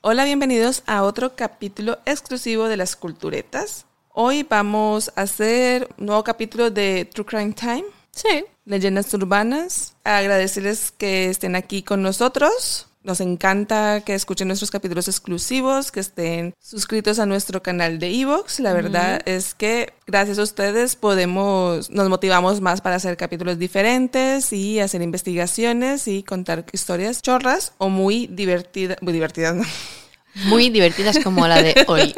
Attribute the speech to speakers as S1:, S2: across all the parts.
S1: Hola, bienvenidos a otro capítulo exclusivo de las culturetas. Hoy vamos a hacer un nuevo capítulo de True Crime Time.
S2: Sí.
S1: Leyendas urbanas. Agradecerles que estén aquí con nosotros. Nos encanta que escuchen nuestros capítulos exclusivos, que estén suscritos a nuestro canal de Evox. La verdad es que gracias a ustedes podemos, nos motivamos más para hacer capítulos diferentes y hacer investigaciones y contar historias chorras o muy divertidas, muy divertidas, ¿no?
S2: Muy divertidas como la de hoy.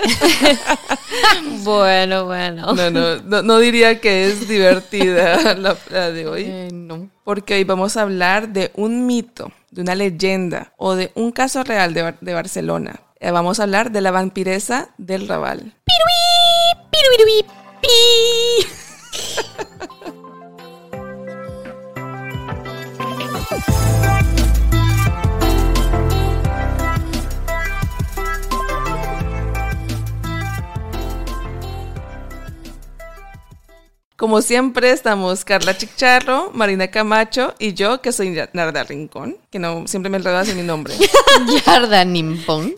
S2: bueno, bueno.
S1: No, no, no, no diría que es divertida la, la de hoy. Porque hoy vamos a hablar de un mito, de una leyenda o de un caso real de, Bar- de Barcelona. Eh, Vamos a hablar de la vampiresa del Raval. Como siempre estamos Carla Chicharro, Marina Camacho y yo, que soy Nar- Narda Rincón, que no siempre me enredo así mi nombre.
S2: Yarda Nimpón.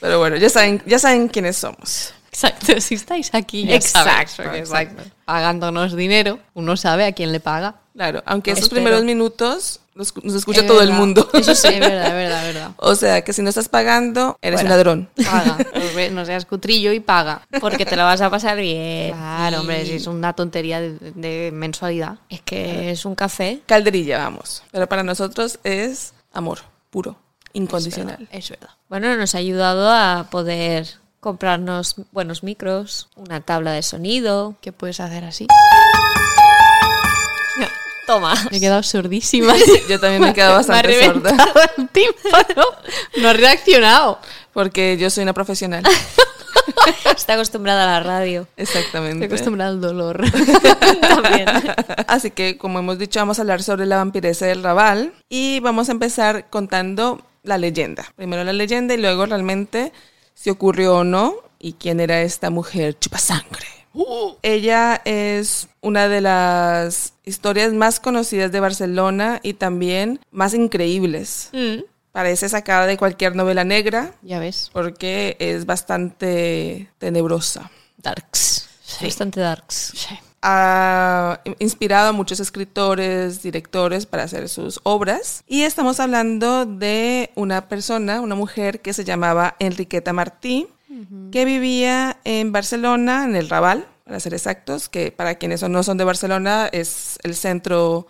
S1: Pero bueno, ya saben, ya saben quiénes somos.
S2: Exacto, si estáis aquí, ya
S1: Exacto,
S2: sabéis.
S1: exacto.
S2: Pagándonos dinero, uno sabe a quién le paga.
S1: Claro, aunque esos
S2: Espero.
S1: primeros minutos los- nos escucha
S2: Es
S1: todo el
S2: verdad.
S1: mundo.
S2: Eso sí, es verdad, es verdad, es verdad.
S1: O sea, que si no estás pagando, eres
S2: Fuera.
S1: un ladrón.
S2: Paga, pues ve, no seas cutrillo y paga.
S3: Porque te lo vas a pasar bien.
S2: Claro, hombre, si es una tontería de, de mensualidad.
S3: Es que es un café.
S1: Calderilla, vamos. Pero para nosotros es amor puro, incondicional.
S2: Es verdad.
S3: Bueno, nos ha ayudado a poder comprarnos buenos micros, una tabla de sonido.
S2: ¿Qué puedes hacer así?
S3: Toma.
S2: Me he quedado sordísima.
S1: Yo también me he quedado
S2: me
S1: bastante
S2: ha
S1: sorda
S2: reventado el tímpano. No ha reaccionado.
S1: porque yo soy una profesional.
S3: Está acostumbrada a la radio.
S2: Estoy
S1: Exactamente.
S2: acostumbrada al dolor.
S3: También.
S1: Así que, como hemos dicho, vamos a hablar sobre la vampiresa del Raval y vamos a empezar contando la leyenda. Primero la leyenda y luego realmente si ocurrió o no y quién era esta mujer chupasangre. Ella es una de las historias más conocidas de Barcelona y también más increíbles. Parece sacada de cualquier novela negra
S2: Mm. Ya ves.
S1: porque es bastante tenebrosa.
S3: Darks. Bastante darks.
S1: ha inspirado a muchos escritores, directores para hacer sus obras. Y estamos hablando de una persona, una mujer que se llamaba Enriqueta Martí, que vivía en Barcelona, en el Raval, para ser exactos, que para quienes no son de Barcelona es el centro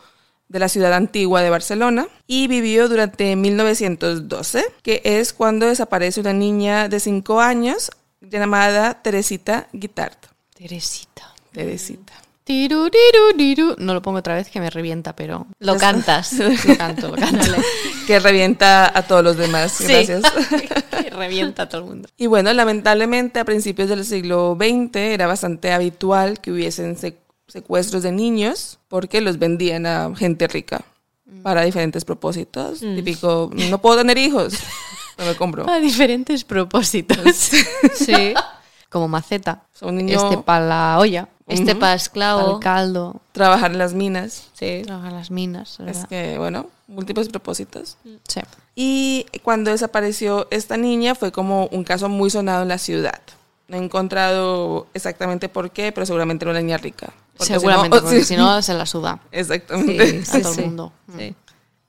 S1: de la ciudad antigua de Barcelona y vivió durante 1912, que es cuando desaparece una niña de 5 años llamada Teresita Guitart.
S2: Teresita.
S1: Teresita.
S2: Tiru, tiru, tiru. No lo pongo otra vez que me revienta, pero
S3: Lo cantas.
S2: lo canto, lo canto.
S1: que revienta a todos los demás. Gracias.
S2: Que revienta a todo el mundo.
S1: Y bueno, lamentablemente a principios del siglo XX era bastante habitual que hubiesen sec- secuestros de niños porque los vendían a gente rica para diferentes propósitos. Típico, no puedo tener hijos, no me compro.
S2: A diferentes propósitos. Sí. Como maceta.
S1: O sea, un niño
S2: Este para la olla.
S3: Este
S2: Para el
S3: pasclavo.
S2: caldo.
S1: trabajar en las minas.
S3: Sí.
S2: Trabajar las minas,
S1: Es
S2: ¿verdad?
S1: que, bueno, múltiples propósitos.
S2: Sí.
S1: Y cuando desapareció esta niña fue como un caso muy sonado en la ciudad. No he encontrado exactamente por qué, pero seguramente era una niña rica. Porque si no-
S2: Seguramente,
S1: o
S2: porque
S1: si-
S2: si no se la suda.
S1: Exactamente.
S2: a todo el mundo.
S3: Sí.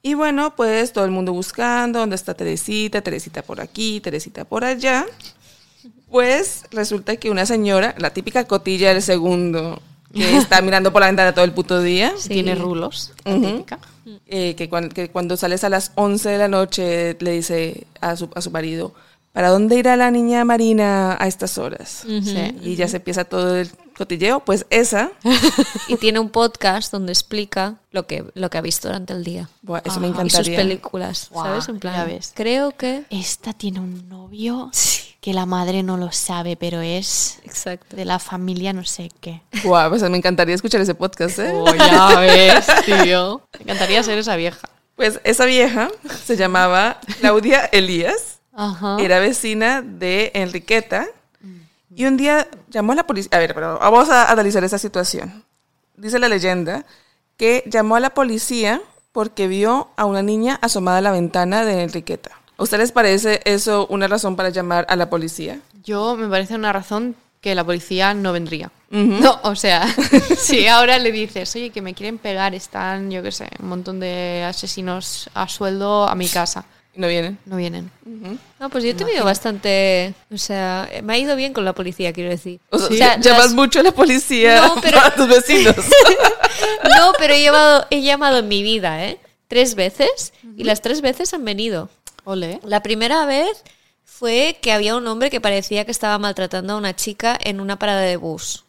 S1: Y bueno, pues todo el mundo buscando, ¿dónde está Teresita? Teresita por aquí, Teresita por allá. Pues resulta que una señora, la típica cotilla del segundo, que está mirando por la ventana todo el puto día,
S2: Tiene rulos. la típica.
S1: eh, que, cuan- que cuando sales a las 11 de la noche le dice a su, a su
S3: Mm.
S1: marido, ¿para dónde irá la niña Marina a estas horas?
S2: Sí.
S1: Y ya se empieza todo el cotilleo, pues esa.
S3: Y tiene un podcast donde explica lo que, lo que ha visto durante el día.
S1: Buah, eso me
S3: Ah, Y sus
S1: encantaría.
S3: películas,
S2: Guau,
S3: ¿sabes? En plan,
S2: ya ves.
S3: creo que...
S2: Esta tiene un novio que la madre no lo sabe, pero es
S3: Exacto.
S2: de la familia no sé qué.
S1: Guau, pues me encantaría escuchar ese podcast, ¿eh?
S2: Pues ya ves, tío. Me encantaría ser esa vieja.
S1: Pues esa vieja se llamaba Claudia Elías,
S2: Ajá.
S1: era vecina de Enriqueta
S3: Mm.
S1: y un día llamó a la policía. A ver, pero vamos a analizar esa situación. Dice la leyenda que llamó a la policía porque vio a una niña asomada a la ventana de Enriqueta. ¿A ustedes les parece eso una razón para llamar a la policía?
S2: Yo me parece una razón que la policía no vendría. No, o sea, si ahora le dices, oye, que me quieren pegar, están, yo qué sé, un montón de asesinos a sueldo a mi casa.
S1: Y no vienen.
S2: No vienen.
S3: No, pues yo he tenido bastante... O sea, me ha ido bien con la policía, quiero decir.
S1: O sea,
S3: O sea,
S1: llamas
S3: las-
S1: mucho a la policía
S3: No, pero-
S1: para tus vecinos.
S3: No, pero he, llevado, he llamado en mi vida, ¿eh? Tres veces y las tres veces han venido.
S2: Ole.
S3: La primera vez fue que había un hombre que parecía que estaba maltratando a una chica en una parada de bus.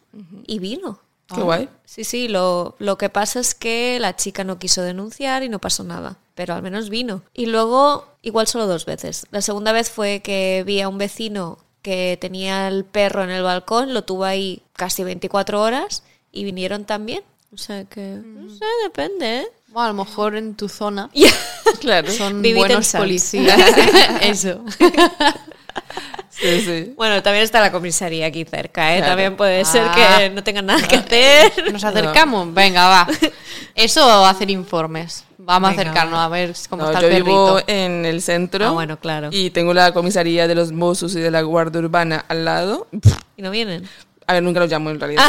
S3: Y vino.
S1: Qué guay.
S3: Sí, sí, lo, lo que pasa es que la chica no quiso denunciar y no pasó nada, pero al menos vino. Y luego, igual solo dos veces. La segunda vez fue que vi a un vecino que tenía el perro en el balcón, lo tuvo ahí casi 24 horas y vinieron también. O sea que, no sé, depende, ¿eh?
S2: Bueno, a lo mejor en tu zona
S1: Claro.
S2: son
S3: Vivid en
S2: buenos
S3: Sans.
S2: policías. Eso.
S1: Sí, sí.
S3: Bueno, también está la comisaría aquí cerca, ¿eh?
S1: Claro.
S3: También puede ser
S2: Ah.
S3: que no tengan nada que hacer.
S2: Nos acercamos, venga, va. Eso o hacer informes. Vamos
S3: Venga,
S2: a acercarnos a ver cómo
S1: No,
S2: está
S1: yo
S2: el perrito.
S1: vivo en el centro.
S3: Ah, bueno, claro.
S1: Y tengo la comisaría de los Mossos y de la Guardia Urbana al lado. Pff,
S3: Y no vienen.
S1: A ver, nunca lo llamo en realidad.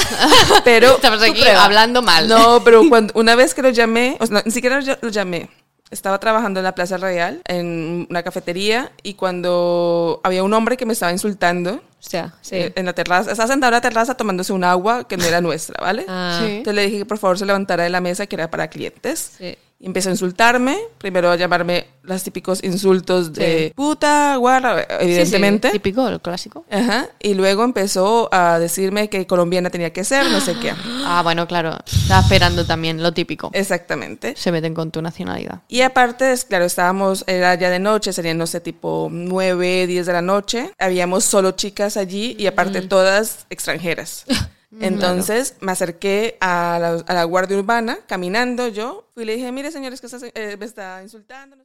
S1: Pero,
S2: Estamos aquí
S3: prueba.
S2: hablando mal.
S1: no, pero cuando, una vez que lo llamé, o sea, ni siquiera lo, lo llamé. Estaba trabajando en la Plaza Real, en una cafetería, y cuando había un hombre que me estaba insultando
S3: O sea, sí.
S1: eh, en la terraza, estaba sentado en la terraza tomándose un agua que no era nuestra, ¿vale?
S3: Ah,
S2: Sí.
S1: Entonces le dije que por favor se levantara de la mesa que era para clientes.
S3: sí.
S1: Y empezó a insultarme, primero a llamarme los típicos insultos de puta, guarra, eh,
S2: Sí, sí,
S1: evidentemente.
S2: típico, el clásico.
S1: Ajá. Y luego empezó a decirme que colombiana tenía que ser, no sé qué.
S2: Ah, bueno, claro. Estaba esperando también lo típico.
S1: Eh. Exactamente.
S2: Se meten con tu nacionalidad.
S1: Y aparte, es- claro, estábamos, era ya de noche, serían, no sé, tipo 9, 10 de la noche. Habíamos solo chicas allí y aparte todas extranjeras. Entonces me acerqué a la, a la guardia urbana caminando yo y le dije, mire señores que estás- eh, me está insultando.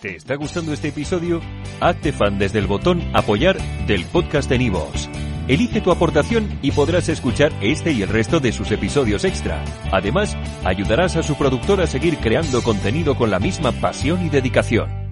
S4: ¿Te está gustando este episodio? Hazte fan desde el botón Apoyar del podcast de Nivos. Elige tu aportación y podrás escuchar este y el resto de sus episodios extra. Además, ayudarás a su productor a seguir creando contenido con la misma pasión y dedicación.